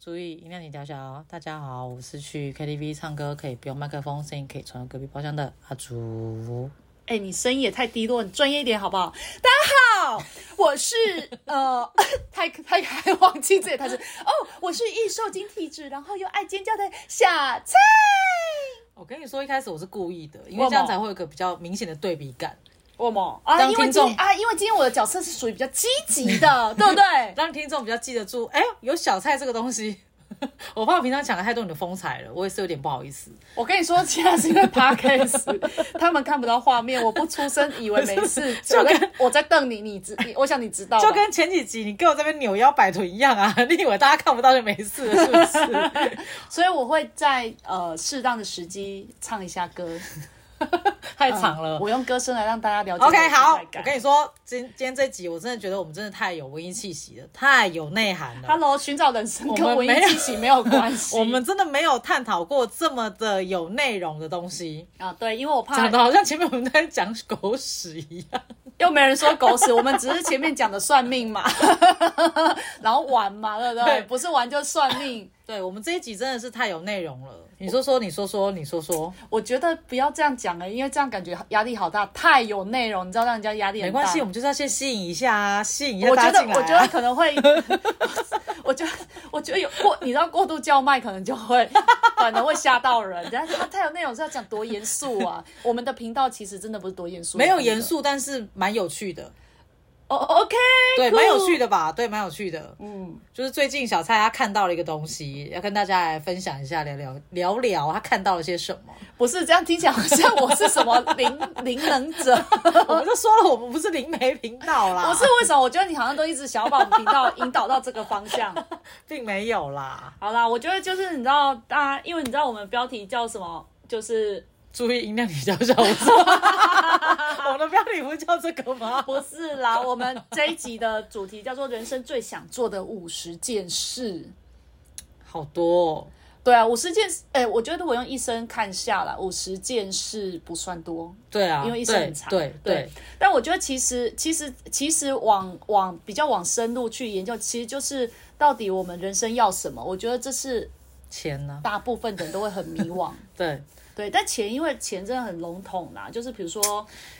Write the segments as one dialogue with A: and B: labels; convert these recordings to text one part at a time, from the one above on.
A: 注意音量，请调小。大家好，我是去 KTV 唱歌可以不用麦克风，声音可以传到隔壁包厢的阿竹。
B: 哎、你声音也太低落，你专业一点好不好？大家好，我是呃，太太开忘记自己台词哦，我是易受精体质，然后又爱尖叫的小菜。
A: 我跟你说，一开始我是故意的，因为这样才会有一个比较明显的对比感，
B: 我么啊？
A: 当
B: 因为
A: 听
B: 今
A: 众
B: 天啊，因为今天我的角色是属于比较积极的，对不对？
A: 让听众比较记得住。哎、有小菜这个东西，我怕我平常抢了太多你的风采了，我也是有点不好意思。
B: 我跟你说，现在是因为 podcast 他们看不到画面，我不出声以为没事，
A: 就
B: 我在
A: 跟
B: 我在瞪你，你知，你我想你知道吧，
A: 就跟前几集你跟我这边扭腰摆臀一样啊，你以为大家看不到就没事了，是不是？
B: 所以我会在呃适当的时机唱一下歌，嗯
A: 太长了。
B: 我用歌声来让大家了解我的
A: OK，好，
B: 存在
A: 我
B: 感
A: 跟你说，今今天这集我真的觉得我们真的太有文艺气息了，太有内涵了。
B: Hello，寻找人生
A: 我
B: 跟
A: 们
B: 文
A: 没
B: 艺
A: 有
B: 气息没有关 系。
A: 我们真的没有探讨过这么的有内容的东西，
B: 啊，对，因为我怕
A: 讲的好像前面我们在讲狗屎一样。
B: 又没人说狗屎，我们只是前面讲的算命嘛， 然后玩嘛，对不对？
A: 对
B: 不是玩就算命。
A: 对我们这一集真的是太有内容了，你说说，你说说，你说说，
B: 我觉得不要这样讲了，因为这样感觉压力好大，太有内容，你知道让人家压力
A: 没
B: 很大。
A: 关系，我们就是要先吸引一下啊，吸引一下
B: 我
A: 大
B: 觉
A: 家
B: 得
A: 进来、啊。
B: 我觉得可能会，我觉得我觉得有过，你知道过度叫卖可能就会 反而会吓到人。但是他太有内容是要讲多严肃啊！我们的频道其实真的不是多严肃的
A: 没
B: 频
A: 有
B: 道，
A: 严肃，但是蛮有趣的，
B: 哦，OK，
A: 对，
B: cool
A: 蛮有趣的吧？对，蛮有趣的。
B: 嗯，
A: 就是最近小蔡他看到了一个东西，要跟大家来分享一下，聊聊聊聊他看到了些什么。
B: 不是这样听起来好像我是什么灵 灵能者，
A: 我们就说了，我们不是灵媒频道啦，
B: 不是为什么？我觉得你好像都一直想要把我们频道引导到这个方 向。
A: 并没有啦。
B: 好啦，我觉得就是你知道，大家因为你知道我们标题叫什么，就是
A: 注意音量，你叫叫我 说，我的标题不叫这个吗？
B: 不是啦，我们这一集的主题叫做“人生最想做的五十件事”。
A: 好多、哦，
B: 对啊，五十件，哎、我觉得我用一生看下来，五十件事不算多，
A: 对啊，
B: 因为一生很长。
A: 对对对
B: 但我觉得其实其实其实往往比较往深入去研究，其实就是到底我们人生要什么？我觉得这是
A: 钱呢、
B: 大部分人都会很迷 惘。
A: 对，
B: 对，但钱因为钱真的很笼统啦，就是比如说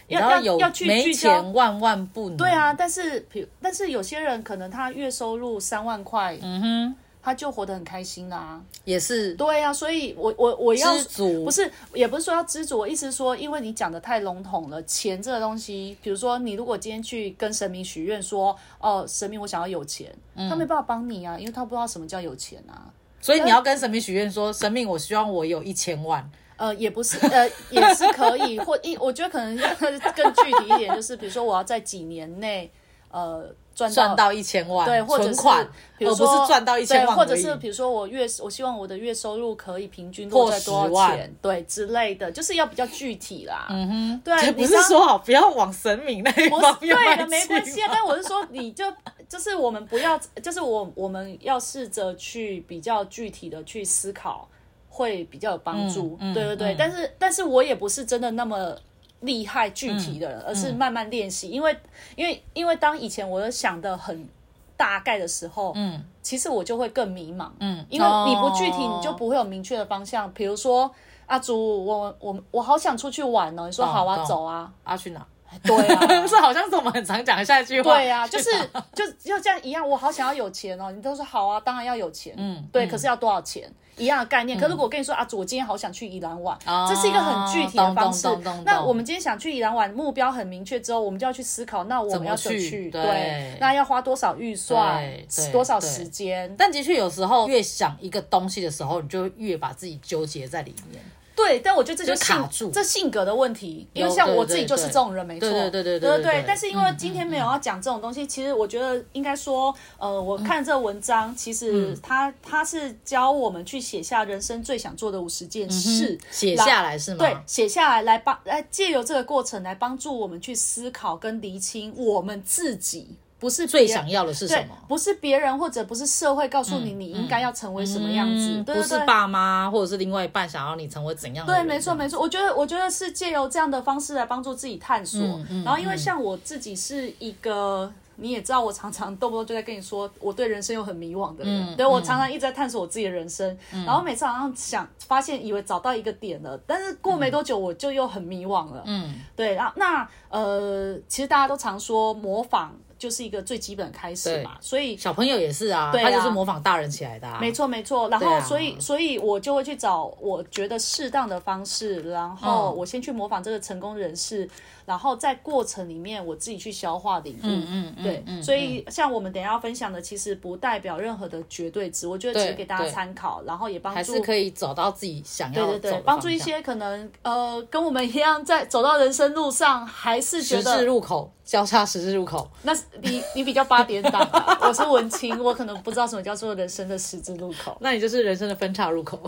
B: 要
A: 然后
B: 要
A: 有
B: 要去
A: 没
B: 聚焦
A: 钱万万不能。
B: 对，啊，但是比但是有些人可能他月收入三万块，嗯哼，他就活得很开心啦、
A: 也是
B: 对啊，所以我我我要
A: 知足
B: 不是也不是说要知足，我意思是说，因为你讲的太笼统了，钱这个东西，比如说你如果今天去跟神明许愿说，哦，神明我想要有钱，
A: 嗯
B: 他没办法帮你啊，因为他不知道什么叫有钱啊。
A: 所以你要跟神明许愿说，神明，我希望我有一千万。
B: 呃，也不是，呃，也是可以，或一，我觉得可能更具体一点，就是比如说我要在几年内，呃，赚到
A: 赚到一千万，
B: 对，或者
A: 存
B: 是
A: 款，哦
B: 比如
A: 而不
B: 说
A: 是赚到一千
B: 对
A: 万
B: 或者
A: 而已
B: 是比如说我月，我希望我的月收入可以平均
A: 破
B: 落在多
A: 10
B: 少
A: 万
B: 钱，对之类的，就是要比较具体啦。嗯哼，对
A: 这，
B: 你
A: 不
B: 知
A: 是
B: 道
A: 说好不要往神明那一
B: 不
A: 方
B: 是
A: 面迈进
B: 对的，
A: 吗
B: 没关系啊。但我是说，你就就是我们不要，就是我我们要试着去比较具体的去思考，会比较有帮助。
A: 嗯嗯
B: 对对对，
A: 嗯
B: 但是但是我也不是真的那么。厉害
A: 嗯
B: 具体的人，而是慢慢练习，因为因为因为当以前我想的很大概的时候，
A: 嗯
B: 其实我就会更迷茫，
A: 嗯，
B: 因为你不具体，
A: 哦
B: 你就不会有明确的方向。比如说，阿竹，我我我好想出去玩哦，你说
A: 懂
B: 好啊，
A: 懂
B: 走啊，
A: 啊 去哪？
B: 对 啊，
A: 这好像是我们很常讲的下一句话。
B: 对啊，就是就就这样一样，我好想要有钱哦，你都说好啊，当然要有钱，
A: 嗯
B: 对，可是要多少钱？一样的概念，可如果我跟你说啊，我今天好想去宜兰玩，
A: 哦
B: 这是一个很具体的方式
A: 懂懂懂懂。
B: 那我们今天想去宜兰玩，目标很明确之后，我们就要去思考，那我们要
A: 怎么去
B: 去？
A: 对
B: 对，那要花多少预算
A: 对对，
B: 多少
A: 对
B: 时间？
A: 但的确，有时候越想一个东西的时候，你就越把自己纠结在里面。
B: 对，但我觉得这就
A: 就是卡
B: 性
A: 住
B: 这性格的问题，因为
A: 有
B: 像
A: 对
B: 我
A: 对
B: 自己就是
A: 对
B: 这种人，没错，
A: 对对对对
B: 对
A: 对对嗯对
B: 但是因为今天没有要讲这种东西，其实我觉得应该说，呃，我看这文章，其
A: 嗯
B: 实他他是教我们去写下人生最想做的五十
A: 嗯
B: 件事，
A: 写
B: 然
A: 下来是吗？
B: 对，写下来来帮来借由这个过程来帮助我们去思考跟厘清我们自己，不是
A: 最
B: 别人
A: 想要的是什
B: 对
A: 么，？
B: 不是别人或者不是社会告诉你你应该要成为什么样子，
A: 嗯
B: 对
A: 不
B: 对
A: 是
B: 对。
A: 爸妈或者是另外一半想要你成为怎样的
B: 对，
A: 人？
B: 没错，没错。我觉得，我觉得
A: 嗯
B: 是借由这样的方式来帮助自己探索。然后，因为像我自己是一个你也知道，我常常动不动就在跟你说，我对人生有很迷惘的
A: 嗯
B: 人，对我常常一直在探索我自己的人生，然后每次好像想发现，以为找到一个点了，但是过没多久我就又很迷惘了。嗯，对，然后那呃，其实大家都常说模仿就是一个最基本的开始嘛，所以
A: 小朋友也是啊，
B: 对啊
A: 他就是模仿大人起来的、啊。
B: 没错，没错。然
A: 对
B: 后，
A: 啊
B: 所以，所以我就会去找我觉得适当的方式，然后
A: 嗯
B: 我先去模仿这个成功人士，然后在过程里面我自己去消化领悟。
A: 嗯嗯
B: 对，
A: 嗯
B: 所以像我们等一下要分享的，其实不代表任何的绝对值，我觉得只是
A: 对
B: 给大家
A: 对
B: 参考，然后也帮
A: 还
B: 助
A: 是可以找到自己想要
B: 对
A: 走
B: 对
A: 的
B: 对，
A: 方
B: 帮助一
A: 向
B: 些可能呃跟我们一样在走到人生路上，还是觉
A: 十
B: 得
A: 字路口交叉十字路口，
B: 那是你你比较八点档啊，我是文青，我可能不知道什么叫做人生的十字路口。
A: 那你就是人生的分岔路 口，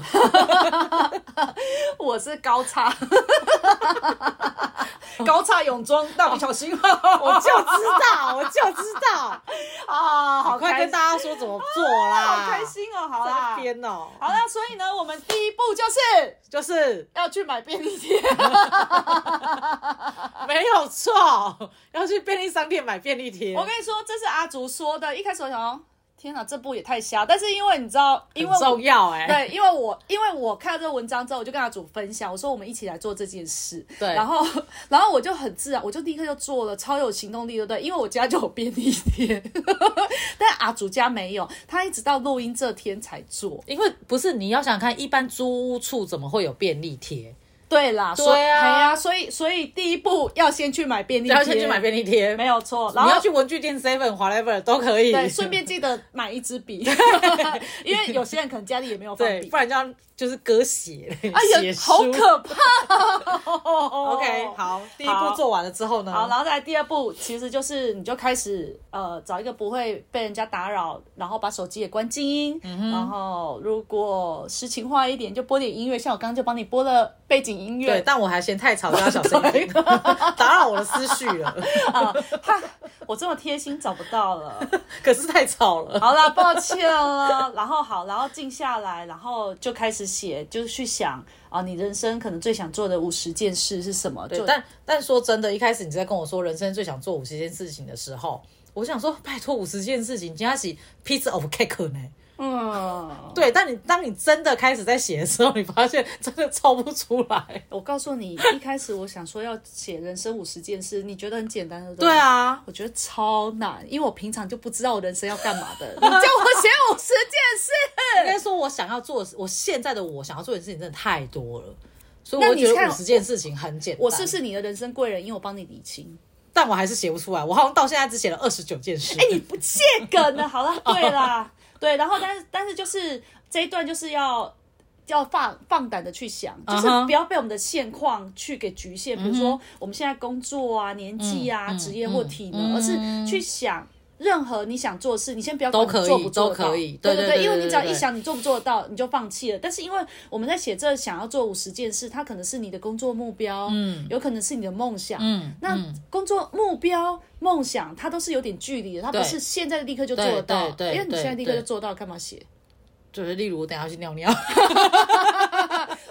B: 我是 高叉，高叉泳装，蜡笔小 新，
A: 我
B: 我
A: 就知 道，我就知道，
B: 啊，好
A: 快
B: 开
A: 跟
B: 心，
A: 大家说怎么做啦，
B: 好开心哦，好啦
A: 在，编哦，
B: 好啦，所以呢，我们第一步就是
A: 就是
B: 要去买便利贴，
A: 没有错，要去便利商店买便利贴，
B: 我跟你说，这是阿竹说的，一开始我想说，天哪，这步也太瞎，但是因为你知道，因为
A: 很
B: 我
A: 重要哎、
B: 对，因为我因为我看到这个文章之后，我就跟阿祖分享，我说我们一起来做这件事。
A: 对
B: 然后然后我就很自然，我就立刻就做了，超有行动力，对不对？因为我家就有便利贴， 但阿祖家没有，他一直到录音这天才做。
A: 因为不是你要想看，一般租屋处怎么会有便利贴？
B: 对啦，所以
A: 对啊
B: 哎呀、所以所以第一步要先去买便利贴，
A: 要先去买便利贴，
B: 没有错。然
A: 你要
B: 后
A: 去文具店 Seven、Whatever 都可以，
B: 对，顺便记得买一支笔，因为有些人可能家里也没有放
A: 对，
B: 笔
A: 不。然这样就是割血，
B: 哎
A: 血
B: 呀，
A: 书
B: 好可怕、哦
A: OK，好，第一
B: 好
A: 步做完了之后呢？
B: 好，然后再来第二步，其实就是你就开始呃找一个不会被人家打扰，然后把手机也关静音，
A: 嗯
B: 然后如果诗情画意一点就播点音乐，像我刚刚就帮你播了背景音
A: 对，
B: 乐。
A: 但我还嫌太吵，要小声一点， 打扰我的思绪了。
B: 啊，哈，我这么贴心找不到了，
A: 可是太吵了，
B: 好啦，抱歉了。然后好，然后静下来，然后就开始写，就是去想啊，你人生可能最想做的五十件事是什么？
A: 对
B: 就，
A: 但但说真的，一开始你在跟我说人生最想做五十件事情的时候，我想说，拜托五十件事情，加起 piece of cake 呢？
B: 嗯，
A: 对，但你当你真的开始在写的时候，你发现真的抄不出来。
B: 我告诉你，一开始我想说要写人生五十件事，你觉得很简单的，
A: 对啊，
B: 我觉得超难，因为我平常就不知道我人生要干嘛的。你 叫我写五十件
A: 应
B: 事，
A: 该说我想要做的事，我现在的我想要做的事情真的太多了，所以
B: 那
A: 我
B: 你
A: 觉
B: 看
A: 得五十件事情很简单。
B: 我是不是你的人生贵人？因为我帮你理清。
A: 但我还是写不出来，我好像到现在只写了二十九件事。哎、
B: 你不借梗呢？好 了，对啦，对，然后但是但是就是这一段就是要。要放放胆的去想，就是
A: 嗯哼
B: 不要被我们的现况去给局限。比如说我们现在工作啊、年纪啊、
A: 嗯
B: 职业或体能，
A: 嗯
B: 而是去想任何你想做的事，你先不要管
A: 都可
B: 你
A: 以
B: 做不做得
A: 都
B: 到。
A: 可以
B: 对
A: 对对
B: 对，
A: 对
B: 因为你只要
A: 对
B: 一
A: 对
B: 想你做不做得到，你就放弃了。但是因为我们在写这想要做五十件事，它可能是你的工作目标，嗯，有可能是你的梦想，
A: 嗯，
B: 那工作目标、梦想，它都是有点距离的，它不
A: 对
B: 是现在立刻就做得到，
A: 对对对
B: 因为你
A: 对
B: 现在立刻就
A: 对
B: 做到，干嘛写？
A: 就是例如，我等一下去尿尿，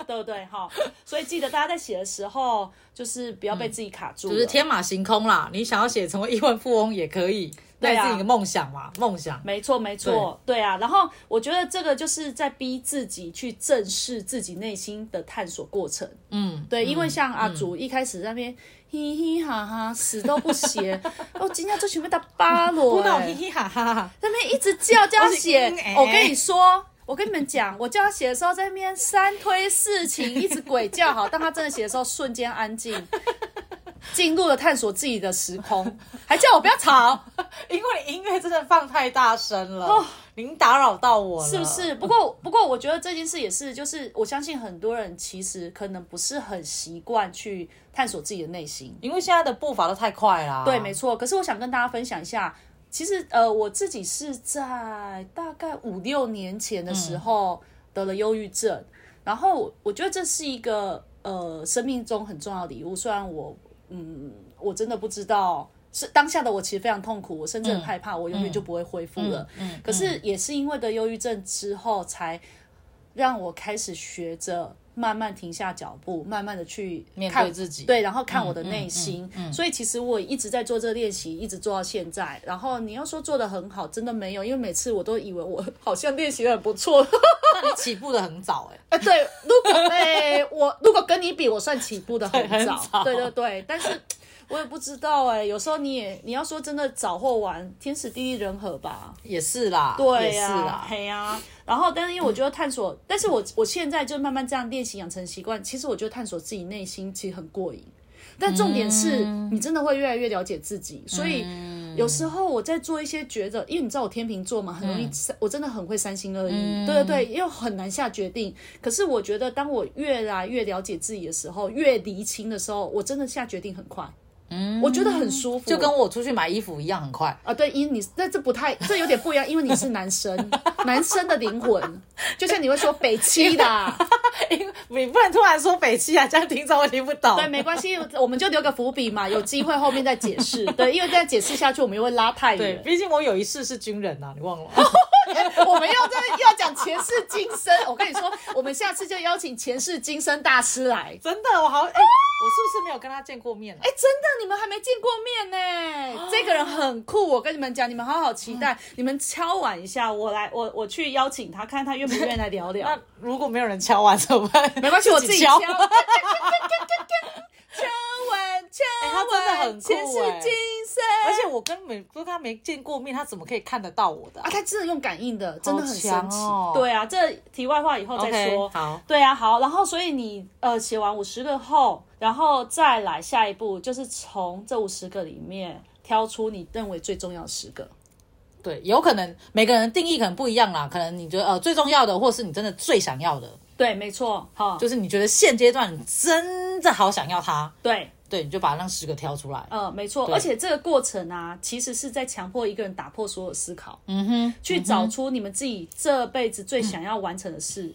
B: 对不对？哈，所以记得大家在写的时候，就是不要被自己卡住了。
A: 就是天马行空啦。你想要写成为亿万富翁也可以，那
B: 对
A: 也
B: 啊
A: 是你的梦想嘛，梦想。
B: 没错，没错，对啊。然后我觉得这个就是在逼自己去正视自己内心的探索过程。
A: 嗯，
B: 对，因为像阿祖一开始在那边嘻嘻哈哈，死都 不写，我今天就前面打巴罗、
A: 哭到
B: 欸
A: 嘻嘻哈哈，
B: 在那边一直叫叫他写
A: 我是嗯，哎
B: 我跟你说。我跟你们讲，我叫他写的时候在那边三推四请，一直鬼叫好，当他真的写的时候，瞬间安静， 进入了探索自己的时空，还叫我不要吵，
A: 因为你音乐真的放太大声了，您打扰到我了，
B: 是不是？不过不过，我觉得这件事也是，就是我相信很多人其实可能不是很习惯去探索自己的内心，
A: 因为现在的步伐都太快啦。
B: 对，没错。可是我想跟大家分享一下，其实呃，我自己是在大概五六年前的时候得了忧郁症，然后我觉得这是一个呃生命中很重要的礼物。虽然我嗯，我真的不知道。是当下的我其实非常痛苦，我甚至很害怕，我永远就不会恢复了。
A: 嗯嗯
B: 可是也是因为得忧郁症之后，才让我开始学着慢慢停下脚步，慢慢的去
A: 面
B: 看
A: 对自己
B: 对，然后
A: 嗯
B: 看我的内心。所以其实我一直在做这个练习，一直做到现在。然后你要说做的很好，真的没有，因为每次我都以为我 好像练习的很不错。
A: 那你起步的很早哎、
B: 啊，对，如果哎、我如果跟你比，我算起步的很
A: 对
B: 早，
A: 很早
B: 对对对，但是我也不知道哎、有时候你也你要说真的早或晚，天时地利人和吧。
A: 也是啦，
B: 对
A: 也是
B: 呀、
A: 啦，
B: 嘿呀、然后，但是因为我觉得探索，但是我我现在就慢慢这样练习养成习惯。其实我觉得探索自己内心其实很过瘾，但重点是、
A: 嗯
B: 你真的会越来越了解自己。所以有时候我在做一些抉择，因为你知道我天秤座嘛，很
A: 嗯
B: 容易三、我真的很会三心二意，对对对，又很难下决定。可是我觉得，当我越来越了解自己的时候，越厘清的时候，我真的下决定很快。嗯，我觉得很舒服，
A: 就跟我出去买衣服一样，很快。
B: 啊，对，因你那这不太，这有点不一样，因为你是男生，男生的灵魂，就像你会说北七的啊，
A: 你不能突然说北汽啊，这样听众会听不懂。
B: 对，没关系，我们就留个伏笔嘛，有机会后面再解释，对，因为再解释下去我们又会拉太
A: 对，
B: 远，哎
A: 毕竟我有一世是军人呐、啊，你忘 了吗？
B: 我们要这要讲前世今生，我跟你说，我们下次就邀请前世今生大师来，
A: 真的，我好哎、我是不是没有跟他见过面、啊？
B: 哎，真的，你们还没见过面呢、这个人很酷，我跟你们讲，你们好好期待，你们敲碗一下，我来，我我去邀请他，看他愿不愿意来聊聊。
A: 那如果没有人敲完怎么 办？
B: 没关系，我自己敲。敲
A: 敲
B: 完，敲完，
A: 哎真的很酷
B: 前世
A: 哎
B: 今生。
A: 而且我根本不跟他没见过面，他怎么可以看得到我的啊、
B: 啊，他真的用感应的，真的很神
A: 强
B: 奇。
A: 哦
B: 对啊，这题外话以后再说。
A: OK，好
B: 对啊，好。然后所以你呃写完五十个后，然后再来下一步，就是从这五十个里面挑出你认为最重要的十个。
A: 对，有可能每个人定义可能不一样啦，可能你觉得呃最重要的，或是你真的最想要的，
B: 对，没错，好，
A: 就是你觉得现阶段你真的好想要它，
B: 对，
A: 对，你就把那十个挑出来。
B: 呃，没错，而且这个过程啊，其实是在强迫一个人打破所有思考，嗯哼，去找出你们自己这辈子最想要完成的事，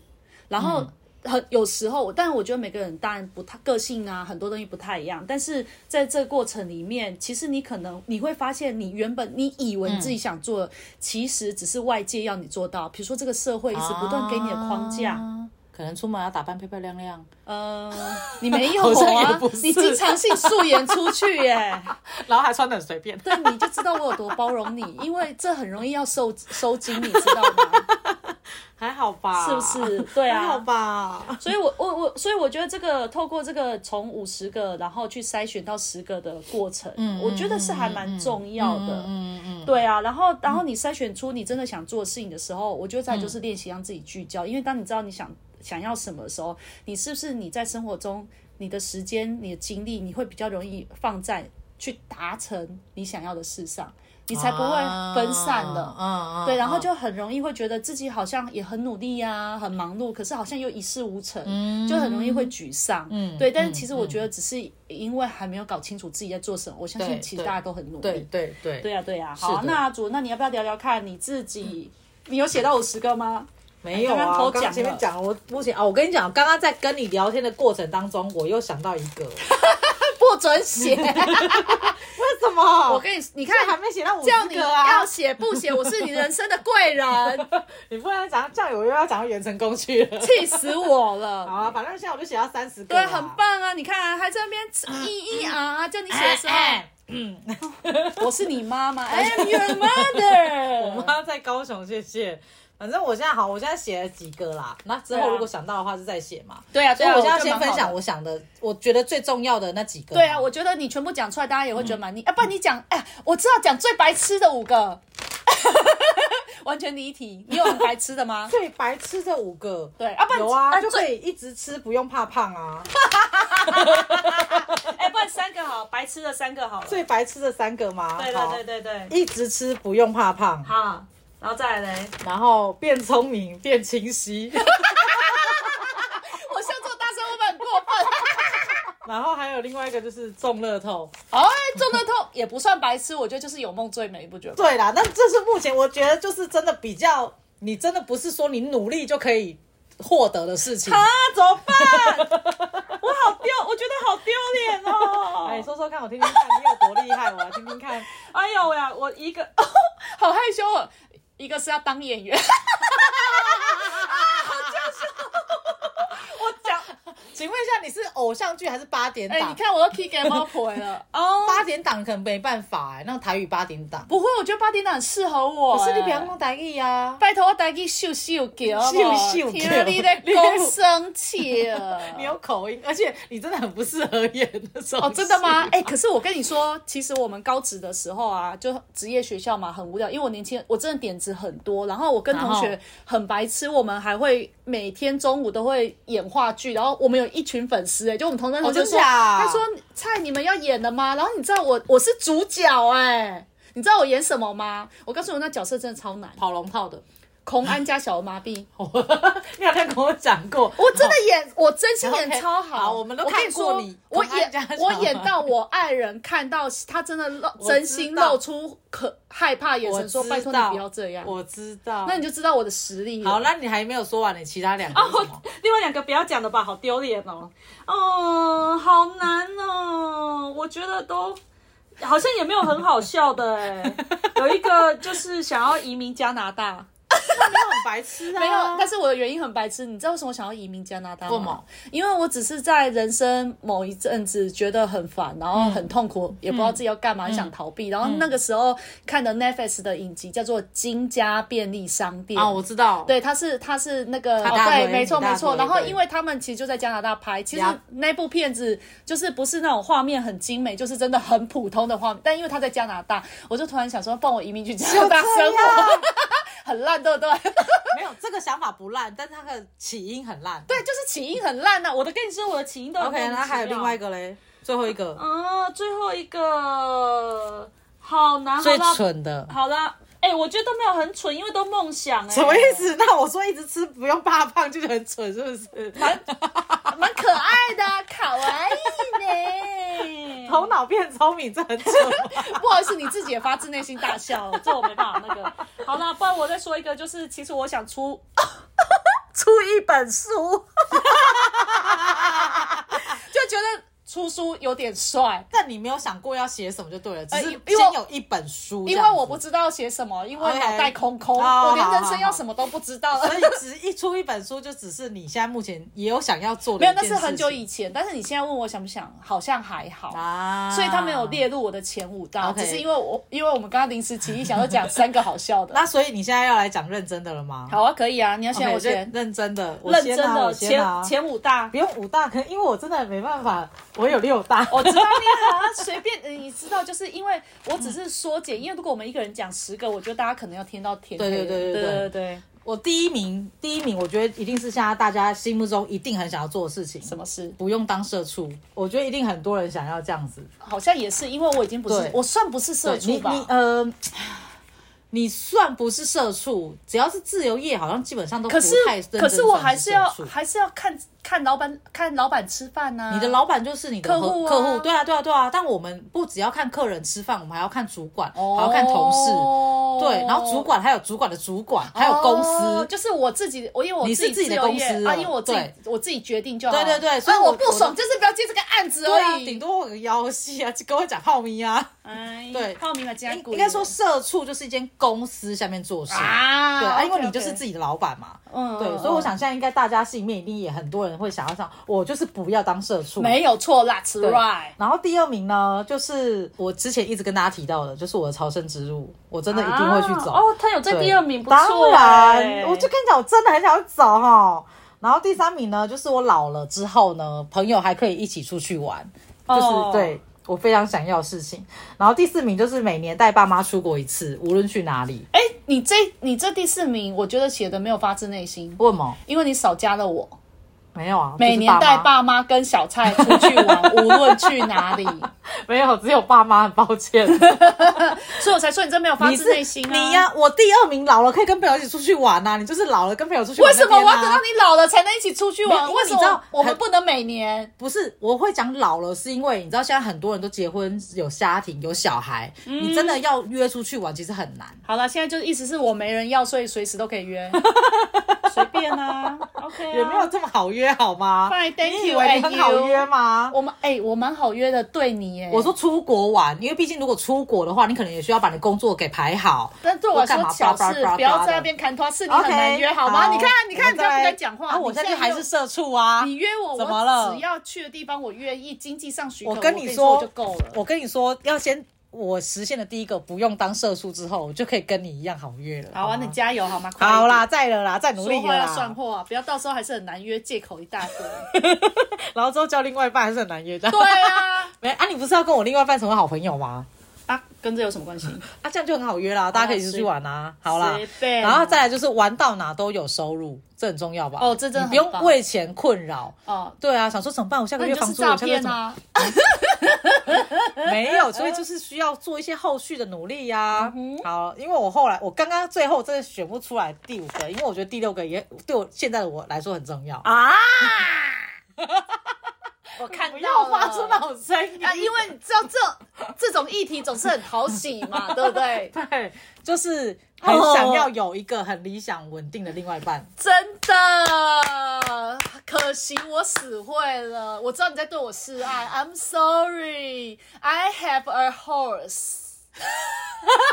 B: 然后。
A: 嗯
B: 很有时候，但我觉得每个人当然不太个性啊，很多东西不太一样。但是在这个过程里面，其实你可能你会发现，你原本你以为你
A: 嗯
B: 自己想做的，其实只是外界要你做到。比如说这个社会一直不断给你的框架，
A: 啊可能出门要打扮漂漂亮亮，
B: 呃，你 没有
A: 好像也
B: 啊
A: 不，是
B: 你经常性素颜出去耶、
A: 然后还穿的很随便。
B: 对，你就知道我有多包容你，因为这很容易要受收金，你知道吗？
A: 还好吧？
B: 是不是？对
A: 还好
B: 啊，
A: 吧？
B: 所以我我我，所以我觉得这个透过这个从五十个，然后去筛选到十个的过程，我觉得是还蛮重要的。
A: 嗯嗯，
B: 对啊，然后然后你筛选出你真的想做的事情的时候，我觉得再
A: 嗯
B: 就是练习让自己聚焦，因为当你知道你想想要什么的时候，你是不是你在生活中你的时间、你的精力，你会比较容易放在去达成你想要的事上，你才不会分散了。
A: 嗯嗯，
B: 对，然后
A: 嗯
B: 就很容易会觉得自己好像也很努力呀、很忙碌，可是好像又一事无成，
A: 嗯
B: 就很容易会沮丧。嗯，对，但是其实我觉得只是因为还没有搞清楚自己在做什么，我相信
A: 对
B: 其实
A: 对
B: 大家都很努力。
A: 对对对
B: 对呀、对呀、
A: 是
B: 好、啊，
A: 的嗯
B: 那阿祖，那你要不要聊聊看你自己？你有写到五十个吗？
A: 没有
B: 刚刚
A: 啊，
B: 偷
A: 我刚
B: 讲
A: 前面
B: 了
A: 讲了，我目前啊，我跟你讲，刚刚在跟你聊天的过程当中，我又想到一 个，为
B: 不准写！
A: 什么？
B: 我跟你，你看，
A: 还没写到五
B: 叫
A: 十
B: 你
A: 个啊
B: 要！写不写，我是你人生的 贵人，
A: 你不然讲这样，我又要讲到元成功去 了。
B: 气死我
A: 好
B: 了。
A: 啊，反正现在我就写到三十个
B: 对，
A: 啦，
B: 很棒啊！你看，还在那边一一啊啊，叫你写
A: 哎。
B: 的时候，
A: 哎
B: 我是你妈妈，I'm your mother。
A: 我妈在高雄，谢谢。反正我现在好，我现在写了几个啦，那之
B: 对啊
A: 后如果想到的话就再写嘛。
B: 对啊，
A: 所
B: 对
A: 以
B: 啊，
A: 我现在
B: 觉得
A: 先
B: 蛮
A: 分
B: 好
A: 享
B: 的。
A: 我想的，我觉得最重要的那几个。
B: 对啊，我觉得你全部讲出来，大家也会觉得蛮
A: 嗯
B: 腻。啊，不然你讲，哎，我知道讲最白痴的五个， 完全离题。你有很白痴的吗？
A: 最白吃这五个，
B: 对啊不然
A: 有啊，
B: 啊
A: 就
B: 最
A: 可以一直吃，不用怕胖啊。
B: 哎、不然三个好，白痴的三个好了。
A: 最白吃这三个吗？
B: 对
A: 好
B: 对对对对，
A: 一直吃不用怕胖，
B: 好，然后再来嘞。
A: 然后变聪明变清晰，
B: 我像做大声会不会很过分？
A: 然后还有另外一个就是中乐透。
B: 哦，中乐透也不算白痴，我觉得就是有梦最美，你不觉得吗？
A: 对啦，那这是目前我觉得就是真的比较，你真的不是说你努力就可以获得的事情。
B: 啊，怎么办？ 我好丢，我觉得好丢脸哦
A: 哎，说说看，我听听看你有多厉害，我来听听看。
B: 哎呦呀，我一个、好害羞哦，一个是要当演员，啊，好教授，我讲
A: 偶像剧还是八点
B: 哎、你
A: 档，
B: 看我都 K 给猫婆 了哦。
A: 八点档可能没办法哎、那种台语八点档，
B: 不会，我觉得八点档很适合我、
A: 可是你
B: 哎
A: 不要弄台语啊。
B: 拜托我带去秀秀球好不好，
A: 秀秀球
B: 听了你在讲生气
A: 你
B: 了。
A: 有口音，而且你真的很不适合演那种。
B: 哦，真的吗？ 哎、可是我跟你说，其实我们高职的时候啊，就职业学校嘛，很无聊。因为我年轻，我真的点子很多。然后我跟同
A: 然
B: 学很白痴，我们还会每天中午都会演话剧。然后我们有一群粉丝，哎，就我们同班同学
A: 哦真
B: 说，
A: 假
B: 他说蔡你们要演了吗？然后你知道我我是主角哎、你知道我演什么吗？我告诉你，那角色真的超难，
A: 跑龙套的，
B: 孔安加小儿麻痹。
A: 你好像跟我讲过，
B: 我真的演，我真心演
A: OK，
B: 超
A: 好我们都
B: 我跟
A: 看过
B: 说
A: 你
B: 我
A: 同安家
B: 演
A: 小
B: 我
A: 孩
B: 演到我爱人看到他真的露
A: 我
B: 真心
A: 知道
B: 露出可害怕眼
A: 我
B: 神，说：“
A: 知
B: 拜托你
A: 道
B: 不要这样。
A: 我知道。”
B: 那你就知道我的实力了。
A: 好，那你哦还没有说完你其他两个是什么？
C: 另外两个不要讲了吧，好丢脸哦。哦，好难哦，我觉得都好像也没有很好笑的
A: 欸
C: 哎。有一个就是想要移民加拿大，
A: 我很白痴啊，
B: 没有，但是我的原因很白痴。你知道为什么我想要移民加拿大
A: 为什
B: 吗
A: 么？
B: 因为我只是在人生某一阵子觉得很烦，然
A: 嗯
B: 后很痛苦，也不知道自己要干嘛，想逃避。然后那个时候看的 Netflix 的影集叫做《金家便利商店》
A: 啊，我知道，，
B: 对，他是他是那个
A: 他
B: 哦
A: 大
B: 对，
A: 腿
B: 没错
A: 你大
B: 没错。
A: 腿
B: 然后
A: 对
B: 因为他们其实就在加拿大拍，其实
A: 呀
B: 那部片子就是不是那种画面很精美，就是真的很普通的画面。但因为他在加拿大，我就突然想说，帮我移民去加拿大
A: 就这样
B: 生活， 很烂，对不 对？
A: 没有这个想法不烂，但是它的起因很烂。
B: 对，就是起因很烂啊呐、我
C: 我
B: 的
C: 的跟你说我的起因都很
A: ，OK，
C: 莫名
A: 那还有
C: 其妙
A: 另外一个嘞，最后一个
C: 啊，最后一个好难，
A: 最
C: 好啦
A: 蠢的，
C: 好啦，哎、我觉得都没有很蠢，因为都梦想、哎，
A: 什么意？思？那我说一直吃不用怕胖就是很蠢，是不是？
B: 蛮可爱的啊，卡哇伊 呢。
A: 头脑变聪明，这很蠢吗。
B: 不好意思，你自己也发自内心大笑，
C: 这我没办法 那个。好啦，不然我再说一个，就是其实我想出，
B: 出一本书， 就觉得出书有点帅。
A: 但你没有想过要写什么就对了，只
B: 呃
A: 是
B: 因为
A: 先有一本书这
B: 因
A: 样
B: 为
A: 子，
B: 我不知道写什么，因为
A: OK
B: 脑袋空空，
A: 哦
B: 我连
A: 好
B: 人生
A: 好
B: 要
A: 好
B: 什么都不知道。
A: 所以只一出一本书，就只是你现在目前也有想要做的
B: 没
A: 一
B: 有，
A: 件事
B: 那
A: 情，
B: 是很久以前，但是你现在问我想不想，好像还好。
A: 啊，
B: 所以他没有。列入我的前五大，
A: OK
B: 只是因为我因为我们刚刚临时起意想要讲三个好笑的。
A: 那所以你现在要来讲认真的了吗？
B: 好啊，可以啊，你要
A: OK，
B: 先我
A: 就
B: 先。
A: 认真的，我
C: 认
A: 先
C: 真
A: 拿
C: 的
A: 我先拿
C: 前前五大
A: 不。用五大，可能因为我真的没办法，我有六大。
B: 我知道你好像随便，你知道，就是因为我只是缩减，因为如果我们一个人讲十个，我觉得大家可能要听到天黑了。
A: 对对对
B: 对
A: 对对
B: 对对
A: 我第一名，第一名，我觉得一定是现在大家心目中一定很想要做的事情。
B: 什么事？
A: 不用当社畜，我觉得一定很多人想要这样子。
B: 好像也是，因为我已经不是
A: 对，
B: 我算不是社
A: 对
B: 畜
A: 你
B: 吧？
A: 你呃，你算不是社畜，只要是自由业，好像基本上都不
B: 可是
A: 太认真
B: 可是我还是要
A: 算社畜
B: 还是要看看老板看老板吃饭啊呐、
A: 你的老板就是你的
B: 客
A: 合
B: 户啊
A: 客户，对啊，对啊，对啊。但我们不只要看客人吃饭，我们还要看主管，
B: 哦
A: 还要看同事，对，然后主管还有主管的主管，还有公
B: 哦
A: 司。
B: 就是我自己，我因为我
A: 你是
B: 自
A: 自己的
B: 由业
A: 公司了
B: 啊，因为我自己
A: 对
B: 我自己决定就好。
A: 对对对所
B: 所
A: 以
B: 以我
A: 我
B: 不爽就是不要接这个案子
A: 对啊，
B: 而
A: 顶
B: 已。
A: 多我有个腰细啊，就跟我讲泡咪啊。
B: 哎
A: 对
B: 泡米嘛，加
A: 应应该说社畜就是一间公司下面做事，
B: 啊，
A: 对啊，因为
B: OK，OK
A: 你就是自己的老板嘛。
B: 嗯，
A: 对，
B: 嗯
A: 所以我想现在应该大家心里面一定也很多人会想要上，我就是不要当社畜。
B: 没有错，That's
A: 对
B: right。
A: 然后第二名呢，就是我之前一直跟大家提到的，就是我的朝圣之路，我真的一定会去走。
C: 啊哦，他有在
A: 对
C: 第二名，不
A: 当
C: 错、哎
A: 然，我就跟你讲，我真的很想走哈。然后第三名呢，就是我老了之后呢，朋友还可以一起出去玩，就是、
C: 哦
A: 对我非常想要的事情。然后第四名就是每年带爸妈出国一次，无论去哪里。
B: 哎，你这你这第四名，我觉得写的没有发自内心，
A: 为什么？
B: 因为你少加了我。
A: 没有啊，
B: 每
A: 就是
B: 年带
A: 妈
B: 爸妈跟小蔡出去玩，无论去哪里，
A: 没有，只有爸妈，很抱歉。
B: 所以我才说你真没有发
A: 你
B: 自
A: 是
B: 内心啊！
A: 你呀、我第二名老了可以跟朋友一起出去玩啊呐、你就是老了跟朋友出去玩、
B: 为
A: 那
B: 什么我要
A: 天啊
B: 等到你老了才能一起出去
A: 没有
B: 玩？
A: 因为
B: 为
A: 你
B: 什么
A: 知道
B: 我们
A: 很
B: 不能每年？
A: 不是，我会讲老了，是因为你知道现在很多人都结婚有家庭有小孩，
B: 嗯
A: 你真的要约出去玩其实很难。
B: 好了，现在就是意思是我没人要，所以随时都可以约，随便啊。
C: OK 啊
A: 也没有这么好约好吗
B: Fine, thank
A: 你以
B: you,
A: 为你
B: and
A: 很好
B: you
A: 约吗？
B: 我们哎、我蛮好约的，对你耶。
A: 我说出国玩，因为毕竟如果出国的话，你可能也需要把你工作给排好。
B: 但对我来
A: 我干
B: 说
A: 嘛
B: 小
A: 叭叭
B: 事
A: 叭叭，
B: 不要
A: 的
B: 在那边砍拖，是你很难约好吗？你看，你看，你
A: 这
B: 看不在讲话，
A: 啊、我
B: 你
A: 现在
B: 在
A: 还是
B: 又
A: 社畜啊。
B: 你约我，
A: 怎么了
B: 我只要去的地方我愿意，经济上许可，
A: 我
B: 我
A: 跟
B: 你
A: 你
B: 说
A: 说
B: 就够了。
A: 我跟你说，要先我实现的第一个不用当社畜之后，我就可以跟你一样好约了。
B: 好啊，
A: 吗
B: 你加油好吗？快一点
A: 好啦，，再了啦，再努
B: 说
A: 力
B: 话
A: 了
B: 要算
A: 啦。
B: 话啊，不要到时候还是很难约，借口一大堆。
A: 然后之后叫另外一半还是很难约的。
B: 对啊，
A: 没啊，你不是要跟我另外一半成为好朋友吗？
B: 啊，跟这有什么关系？
A: 啊，这样就很好约啦，大家可以一起
B: 随
A: 去玩啊。好啦
B: 随，便
A: 然后再来就是玩到哪都有收入，这很重要吧？
B: 哦这真的
A: 你不
B: 很
A: 用
B: 棒
A: 为钱困扰。
B: 哦，
A: 对啊，想说怎么办？我下
B: 那
A: 个
B: 你
A: 月
B: 就是
A: 房租，
B: 诈
A: 我下个月
B: 骗
A: 怎么？
B: 啊！
A: 没有，所以就是需要做一些后续的努力呀、好，因为我后来我刚刚最后真的选不出来第五个，因为我觉得第六个也对我现在的我来说很重要。
C: 啊！
B: 我看
A: 不
B: 到
A: 要
B: 了
A: 发出那种声音
B: 啊，因为你知道这这种议题总是很讨喜嘛， 对不对？
A: 对，就是很想要有一个很理想稳定的另外一半。
B: 真的，可惜我死会了。我知道你在对我示爱，I'm sorry. I have a horse.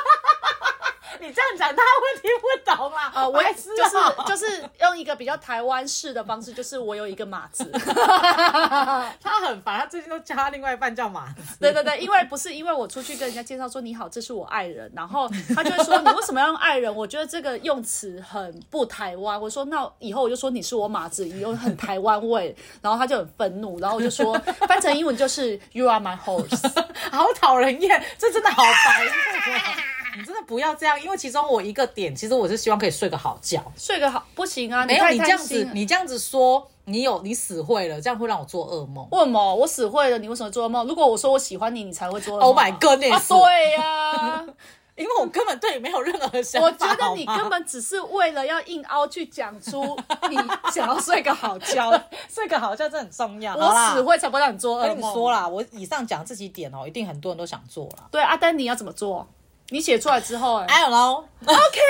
A: 你这样讲，他会听不懂啦。
B: 啊、我也
A: 哦知
B: 就
A: 道。
B: 是就是用一个比较台湾式的方式，就是我有一个马子。
A: 他很烦，他最近都叫他另外一半叫马子。
B: 对对对，因为不是因为我出去跟人家介绍说你好，这是我爱人，然后他就会说你为什么要用爱人？我觉得这个用词很不台湾。我说那以后我就说你是我马子，你有很台湾味。然后他就很愤怒，然后我就说翻成英文就是 You are my horse。
A: 好讨人厌，这真的好白目啊！你真的不要这样，因为其中我一个点，其实我是希望可以睡个好觉。
B: 睡个好不行啊，
A: 没有
B: 太
A: 你这
B: 贪
A: 样
B: 心
A: 子
B: 了，
A: 你这样子说，你有你死会了，这样会让我做噩梦。
B: 为什么我死会了？你为什么做噩梦？如果我说我喜欢你，你才会做噩梦啊。
A: Oh my goodness
B: 啊对呀、
A: 因为我根本对你没有任何想法。
B: 我觉得你
A: 好吗
B: 根本只是为了要硬凹去讲出你想要睡个好觉。
A: 睡个好觉这很重要。好
B: 我
A: 啦
B: 死会才不会让你做噩
A: 跟你
B: 梦。
A: 说，啦，我以上讲这几点哦，一定很多人都想做啦。
B: 对阿啊丹，你要怎么做？你写出来之后、哎，
A: I don't know。OK，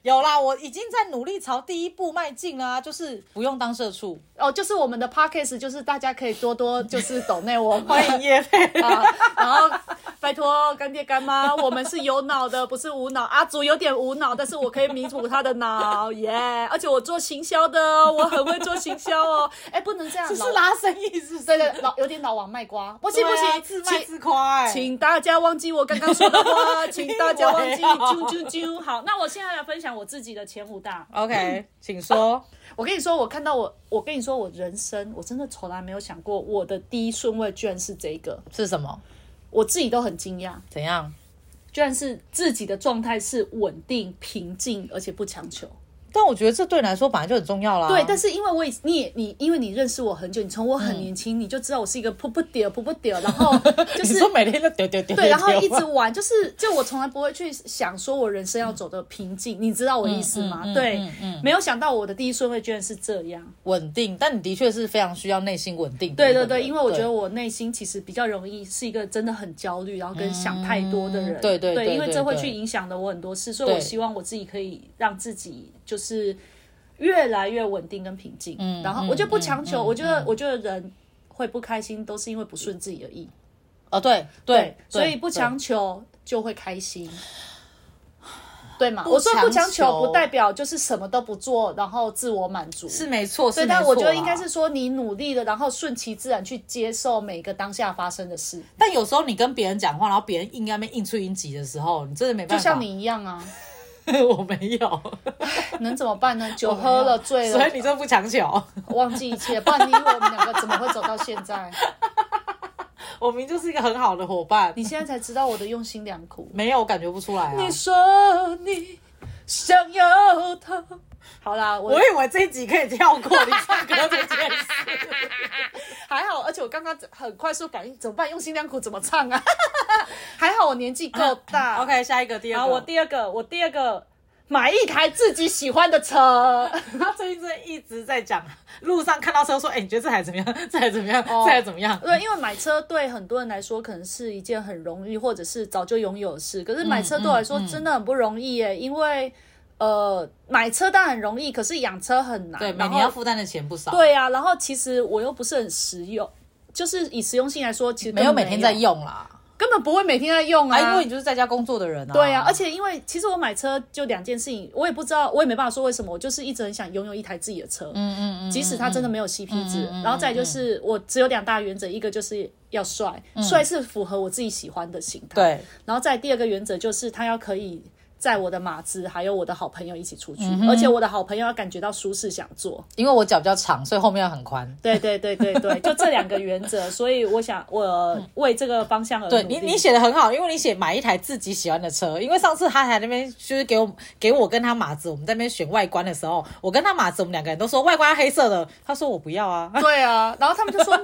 A: 有 啦，我已经在努力朝第一步迈进啦，就是不用当社畜，
B: 哦，就是我们的 podcast，就是大家可以多多就是抖内我 们
A: 欢迎叶 佩。
B: 啊，然后拜托干爹干妈，我们是有脑的，不是无脑。阿祖有点无脑，但是我可以弥补他的脑， 耶、而且我做行销的哦，我很会做行 销哦。哎、不能这样，
A: 这是
B: 老
A: 拉生意是不是？
B: 对对，老有点老王卖瓜，不行不
A: 对啊
B: 行，
A: 自
B: 请
A: 卖自夸哎、
B: 请大家忘记我刚刚说的话，请大家忘 记
A: 你以为啊
B: 啾啾啾。好，那我现在来分享我自己的前五大。
A: OK，请说。
B: 我跟你说，我看到我，我跟你说，我人生我真的从来没有想过，我的第一顺位居然是这个，
A: 是什么？
B: 我自己都很惊讶，
A: 怎样？
B: 居然是自己的状态是稳定、平静，而且不强求。
A: 但我觉得这对你来说本来就很重要啦。
B: 对，但是因为我也你也你，因为你认识我很久，你从我很年轻、你就知道我是一个噗噗屌噗噗屌，然 后就
A: 你
B: 是
A: 说每天都丢丢丢，
B: 对，然后
A: 丢
B: 一直玩，就是就我从来不会去想说我人生要走的瓶颈，你知道我意思吗？
A: 嗯嗯
B: 对、
A: 嗯
B: 没有想到我的第一顺位居然是这样。
A: 稳定，但你的确是非常需要内心稳定的
B: 对
A: 一个
B: 对
A: 人。
B: 对，因为我觉得我内心其实比较容易是一个真的很焦虑，然后跟想太多的人。
A: 嗯对对对
B: 因为
A: 对
B: 这会
A: 对
B: 去影响的我很多事，所以我
A: 对
B: 希望我自己可以让自己就是越来越稳定跟平静。嗯然后我觉得不强求，我觉得我觉得人会不开心都是因为不顺自己的意，
A: 哦，对对，
B: 所以不强
A: 对
B: 求就会开心，对嘛？
A: 不
B: 我说不
A: 强
B: 强求
A: 求
B: 不代表就是什么都不做，然后自我满足。
A: 是没错，
B: 对，
A: 是
B: 但
A: 没
B: 我觉
A: 错啊
B: 得
A: 啦
B: 应该是，说你努力了，然后顺其自然去接受每个当下发生的事，
A: 但有时候你跟别人讲话，然后别人硬要面硬出硬挤的时候，你真的没
B: 就
A: 办法。
B: 像，你一样啊，
A: 我没有，
B: 能怎么办呢？酒喝了 醉
A: 所
B: 了
A: 以，你真的不强求。
B: 忘记一切，不然你以为我们两个怎么会走到现在？
A: 我明明就是一个很好的伙伴，
B: 你现在才知道我的用心良苦。
A: 没有我感觉不出来啊
B: 你。说你想要他，好啦，我
A: 我以为这一集可以跳过你唱歌这件 事，
B: 还好，而且我刚刚很快速感应，怎么办？用心良苦怎么唱啊？ 还好我年纪
A: 啊
B: 够大。
A: OK，下一个第二
B: 然
A: 个。
B: 后我第二个，我第二个买一台自己喜欢的车。
A: 他最近真的一直在讲，路上看到车说：“哎、你觉得这台怎么样？这台怎么样？这台怎么样
B: 对，因为买车对很多人来说可能是一件嗯很容易，或者是早就拥有的事。可是买车对我来说真的很不容易耶，因为
C: 呃，买车当然容易，可是养车很难。
A: 对，每
C: 然后
A: 年要负担的钱不少，，
C: 对啊，然后其实我又不是很实用，就是以实用性来说，其实
A: 没
C: 根
A: 有
C: 本
A: 每天在，用啦。
C: 根本不会每天在用啊。
A: 啊，
B: 哎
A: 因为你就是在家工作的人啊。
C: 对啊，而且因为其实我买车就两件事情，我也不知道，我也没办法说为什么，我就是一直很想拥有一台自己的车，嗯嗯嗯，即使它真的没有 CP
B: 嗯
C: 值，然后再来就是我只有两大原则，一个就是要帅，
B: 嗯
C: 帅是符合我自己喜欢的形态，，
A: 对，
C: 然后再第二个原则就是他要可以载我的马子还有我的好朋友一起出去，
A: 嗯
C: 而且我的好朋友要感觉到舒适想坐。
A: 因为我脚比较长，所以后面要很宽。
C: 对对对对对，就这两个原则，所以我想我为这个方向而
A: 嗯
C: 努
A: 对
C: 力。
A: 你，你写的很好，因为你写买一台自己喜欢的车。因为上次他还在那边就是给我给我跟他马子，我们在那边选外观的时候，我跟他马子，我们两个人都说外观要黑色的，他说我不要啊，
C: 对啊，然后他 们就说，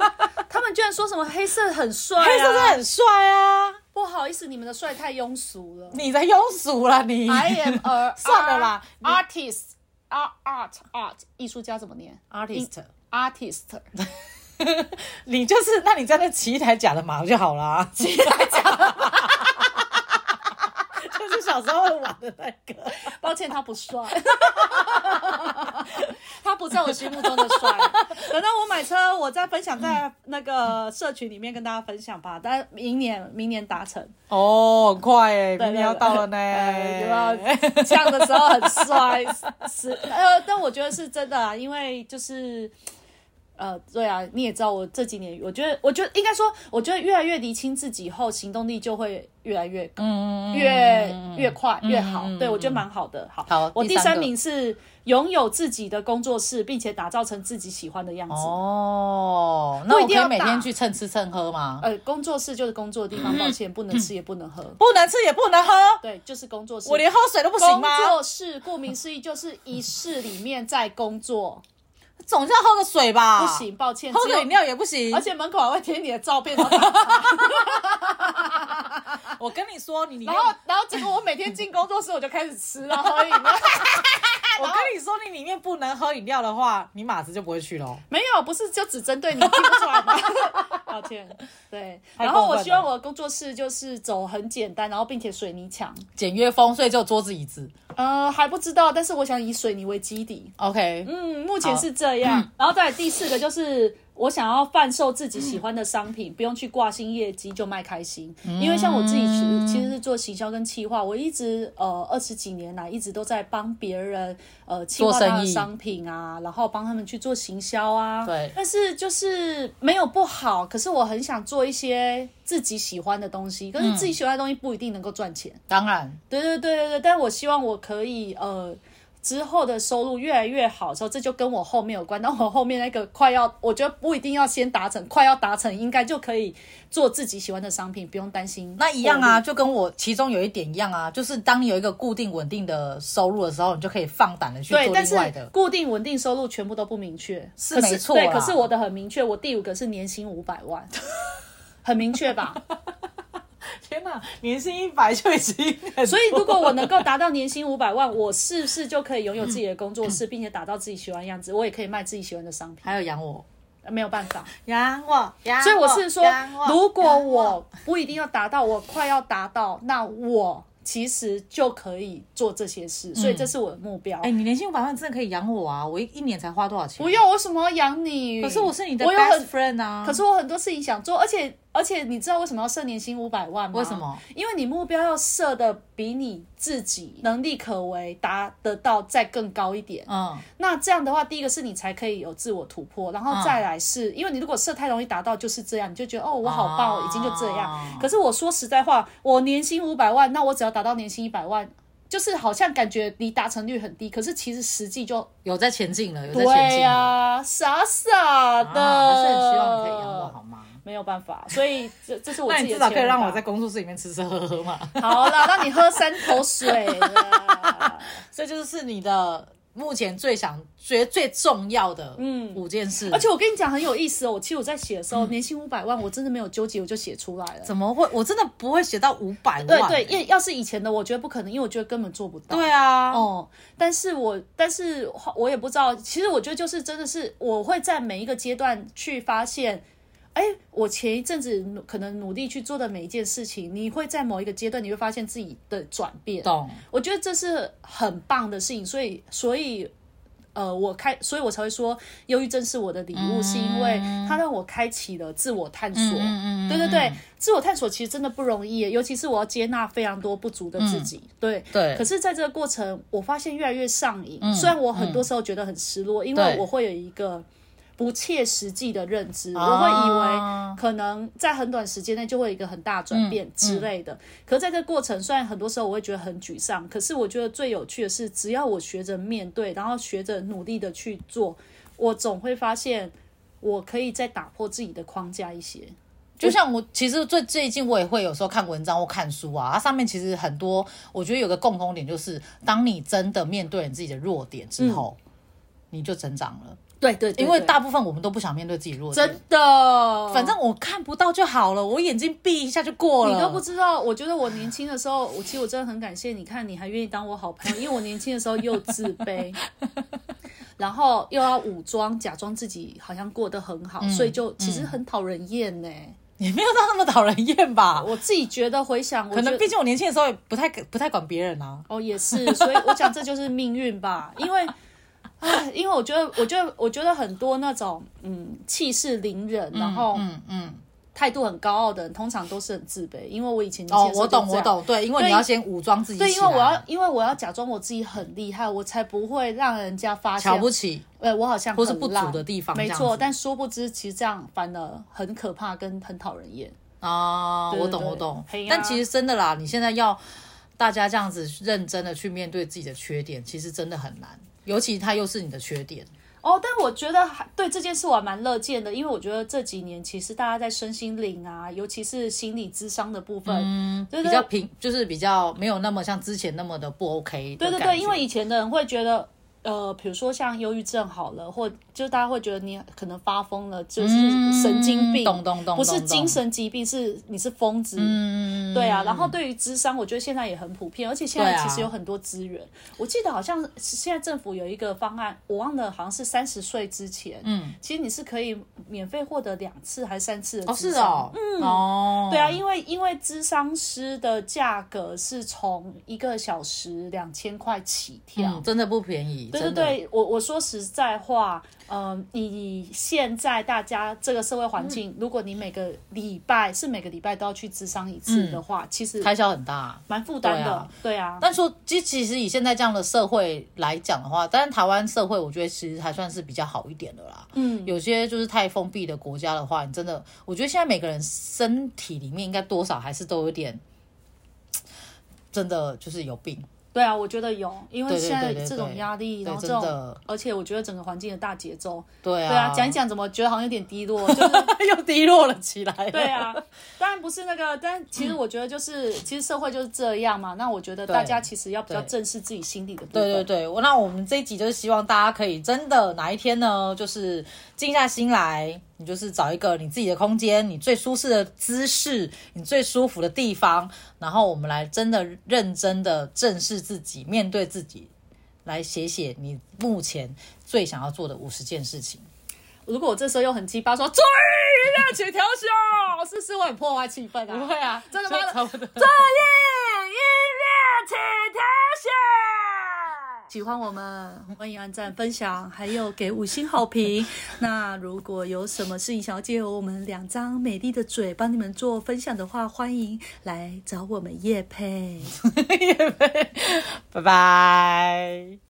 C: 他们居然说什么黑色很帅、啊，
A: 黑色真的很帅啊，
C: 不好意思，你们的帅太庸俗了。
A: 你在庸俗了你。
C: I am a
A: 算了啦
C: artist art art art 啊艺术家怎么念
A: Artist
C: artist
A: 你就是，那你在那骑一台假的马就好啦，骑一台假的马，就是小时候玩的那个。
C: 抱歉，他不 帅，他不在我心目中的帅。等到我买车，我再分享在那个社群里面跟大家分享吧。但明年明年达成，
A: 哦，很快哎，
C: 对
A: 明年要到了呢
C: 呃有没有呛的时候很帅，是呃，但我觉得是真的啊，因为就是。呃，对啊，你也知道，我这几年，我觉得，我觉得应该说，我觉得越来越厘清自己后，行动力就会越来越高，
A: 嗯，
C: 越越快越好。对，我觉得蛮好的。好，
A: 好
C: 我
A: 第
C: 第
A: 三
C: 三
A: 个
C: 名是拥有自己的工作室，并且打造成自己喜欢的样子。
A: 哦，那我
C: 不
A: 可
C: 一定要
A: 以每
C: 大
A: 天去蹭吃蹭喝吗？
C: 呃，工作室就是工作的地
A: 嗯
C: 方，抱歉，不能吃也不能喝。
A: 不能吃也不能喝，
C: 对，就是工作室。
A: 我连喝水都不行
C: 工
A: 吗？
C: 作室，顾名思义就是一室里面在工作，
A: 总是要喝个水吧？
C: 不，行，抱歉，
A: 喝
C: 只啊有
A: 个饮料也不行
C: 而。且门口还会贴你的照片，然 后
A: 我跟你说，你里面
C: 然后然后结果我每天进工作室我就开始吃了喝饮料，
A: 我跟你说，你里面不能喝饮料的话，你马子就不会去喽。
C: 没有，不是就只针对你听不出来吗？ 抱歉，对。
A: 太
C: 然后
A: 过分
C: 我
A: 了
C: 希望我的工作室就是走很简单，然后并且水泥墙，
A: 简约风，所以就桌子椅子。
C: 呃，还不知道，但是我想以水泥为基底，
A: OK，
C: 嗯，目前是这
A: 嗯
C: 样。然后再来第四个就是，我想要贩售自
A: 嗯
C: 己喜欢的商品，不用去挂新业绩就卖开心。因为像我自己是其实是做行销跟企划，我一直呃二十几年来一直都在帮别人呃企划他
A: 做
C: 的
A: 生意
C: 商品啊，然后帮他们去做行销啊。
A: 对
C: 但是就是没有不好，可是我很想做一些自己喜欢的东西，可
A: 嗯
C: 是自己喜欢的东西不一定能够赚钱。
A: 当然，
C: 对对对对对，但我希望我可以呃之后的收入越来越好的时候，这就跟我后面有关。但我后面那个快要，我觉得不一定要先达成，快要达成应该就可以做自己喜欢的商品，不用担心。
A: 那一样啊，，就跟我其中有一点一样啊，就是当你有一个固定稳定的收入的时候，你就可以放胆的去做
C: 对，但
A: 另
C: 是
A: 外的。
C: 固定稳定收入全部都不明确，
A: 是
C: 可
A: 没错
C: 对，
A: 啦
C: 可是我的很明确，我第五个是年薪五百万，很明确吧？
A: 天哪，年薪一百就已经很
C: 所以，如果我能够达到年薪五百万，我是不是就可以拥有自己的工作室，并且打造自己喜欢的样子？我也可以卖自己喜欢的商品，
A: 还有养我，
C: 呃没有办法。
A: 养我，养
C: 所以我是说，如果
A: 养
C: 我不一定要达到，我快要达到，那我其实就可以做这些
A: 嗯
C: 事，所以这是我的目标。
A: 哎、你年薪五百万真的可以养我啊！我一一年才花多少钱？
C: 不用，为什么要养你？
A: 可是我是你的
C: 我有
A: best
C: 很，
A: friend 啊。
C: 可是我很多事情想做，而且而且你知道为什么要设年薪五百万吗？
A: 为什么？
C: 因为你目标要设的比你自己能力可为达得到再更高一点。
A: 嗯，
C: 那这样的话，第一个是你才可以有自我突破，然后再来是、因为你如果设太容易达到就是这样，你就觉得哦我好
A: 啊
C: 棒，我已经就这样。可是我说实在话，我年薪五百万，那我只要达到年薪一百万，就是好像感觉离达成率很低，可是其实实际就
A: 有在前进了，有在前
C: 对
A: 进
C: 呀、
A: 了。
C: 傻傻的、
A: 啊，还是很希望你可以养我好吗？
C: 没有办法，所以这这是我
A: 啊那
C: 自己
A: 你
C: 的
A: 至少可以
C: 牵
A: 让
C: 绊
A: 我在工作室里面吃吃喝喝 嘛。
C: 好啦，让你喝三口水 啦
A: 所以就是你的目前最想、觉得最重要的
C: 嗯
A: 五件事。
C: 而且我跟你讲很有意思哦，我其实我在写的时
A: 嗯
C: 候，年薪五百万，我真的没有纠结，我就写出来了。
A: 怎么会？我真的不会写到五百万、
C: 对对，因为要是以前的，我觉得不可能，因为我觉得根本做不到。
A: 对啊，
C: 哦，但是我但是我也不知道，其实我觉得就是真的是我会在每一个阶段去发现，哎，我前一阵子努可能努力去做的每一件事情，你会在某一个阶段，你会发现自己的转变。
A: 懂，
C: 我觉得这是很棒的事情，所以所以。呃，我开，所以我才会说，忧郁症是我的礼物，是因为它让我开启了自我探索。
A: 嗯
C: 对对对，自我探索其实真的不容易耶，尤其是我要接纳非常多不足的
A: 嗯
C: 自己。对，
A: 对嗯
C: 可是在这个过程，我发现越来越上瘾。虽然我很多时候觉得很失落，因为
A: 对
C: 我会有一个不切实际的认知，
A: 啊
C: 我会以为可能在很短时间内就会有一个很大的转变之类
A: 嗯
C: 的。可是在这个过程，虽然很多时候我会觉得很沮丧，可是我觉得最有趣的是，只要我学着面对，然后学着努力的去做，我总会发现。我可以再打破自己的框架一些，
A: 就像我其实最最近我也会有时候看文章或看书啊，它上面其实很多，我觉得有个共同点就是，当你真的面对你自己的弱点之后，你就成长了。
C: 对对
A: 因为大部分我们都不想面对自己弱点，
C: 真的，
A: 反正我看不到就好了，我眼睛闭一下就过了。
C: 嗯你都不知道。我觉得我年轻的时候，我其实我真的很感谢你看，你还愿意当我好朋友，因为我年轻的时候又自 卑，然后又要武装，假装自己好像过得很 好，
A: 嗯
C: 所以就其实很讨人厌呢、
A: 也没有到那么讨人厌吧？
C: 我自己觉得回想，我
A: 可
C: 觉
A: 能
C: 得
A: 毕竟我年轻的时候也不太不太管别人啊。
C: 哦，也是，所以我想这就是命运吧，
A: 嗯
C: 因为。唉，因为我觉得，我觉得，我觉得很多那种嗯气势凌人，然后
A: 嗯嗯，
C: 态度很高傲的人，通常都是很自卑。因为我以前年轻
A: 哦
C: 的，时候
A: 我懂
C: 就是这
A: 我
C: 样
A: 懂，对，因为你要先武装自己起来，
C: 对，因为我要，因为我要假装我自己很厉害，我才不会让人家发现
A: 瞧不起，
C: 呃，我好像
A: 或是
C: 很
A: 不足
C: 烂
A: 的地方
C: 没
A: 这样
C: 错，
A: 子
C: 但殊不知，其实这样反而很可怕，跟很讨人厌。
A: 啊，
C: 对
A: 我
C: 对
A: 懂，
C: 对
A: 我懂
C: 嘿呀。
A: 但其实真的啦，你现在要大家这样子认真的去面对自己的缺点，其实真的很难。尤其它又是你的缺点，
C: 哦，但我觉得还对这件事我还蛮乐见的，因为我觉得这几年其实大家在身心灵啊，尤其是心理智商的部分，嗯，对
A: 比
C: 对
A: 较平，就是比较没有那么像之前那么的不 OK 的
C: 对对
A: 感
C: 对，
A: 觉
C: 因为以前的人会觉得，呃，比如说像忧郁症好了，或就大家会觉得你可能发疯了，
B: 嗯
C: 就是神经
A: 嗯
C: 病，
A: 懂懂懂
C: 不是
A: 懂懂嗯
C: 精神疾病，是你是疯子，嗯，对啊。然后对于智商，我觉得现在也很普遍，而且现在
A: 对啊
C: 其实有很多资源。我记得好像是现在政府有一个方案，我忘了，好像是三十岁之前，嗯，其实你是可以免费获得两次还是三次的
A: 哦是
C: 智商
A: 哦，嗯哦，
C: 对啊，因为因为咨商师的价格是从一个小时两千块起跳。
A: 嗯，真的不便宜，
C: 对对
A: 真的，
C: 对，我我说实在话，嗯、以现在大家这个社会
A: 嗯
C: 环境，如果你每个礼拜是每个礼拜都要去咨商一次的话，其实
A: 开销很大。
C: 蛮负担
A: 嗯对
C: 的
A: 啊。
C: 对啊，
A: 但说，其其实以现在这样的社会来讲的话，但是台湾社会，我觉得其实还算是比较好一点的啦。嗯，有些就是太封闭的国家的话，你真的，我觉得现在每个人身体里面应该多少还是都有点，真的就是有病。
C: 对啊，我觉得有，因为
A: 对对
C: 现在
A: 对对
C: 这种
A: 对
C: 压
A: 对
C: 力，然后这
A: 真
C: 种
A: 的，
C: 而且我觉得整个环境的大节奏，
A: 对啊，
C: 对啊，讲一讲怎么觉得好像有点低落，就是
A: 又低落了起来了
C: 对，啊，当然不是那个，但其实我觉得就是，其实社会就是这样嘛。那我觉得大家其实要比较
A: 对
C: 正视自己心里的部分。
A: 对对对，我那我们这一集就是希望大家可以真的哪一天呢，就是静下心来，你就是找一个你自己的空间，你最舒适的姿势，你最舒服的地方，然后我们来真的认真的正视自己，面对自己，来写写你目前最想要做的五十件事情。
C: 如果我这时候又很鸡巴说终于要起调休，是不是会很破坏气氛啊？不
A: 会啊
C: 真的吗？
A: 差不 多
C: 终于一日起调休。喜欢我们，欢迎按赞、分享，还有给五星好评。 那如果有什么事情想要借由我们两张美丽的嘴帮你们做分享的话，欢迎来找我们叶佩。
A: 拜拜。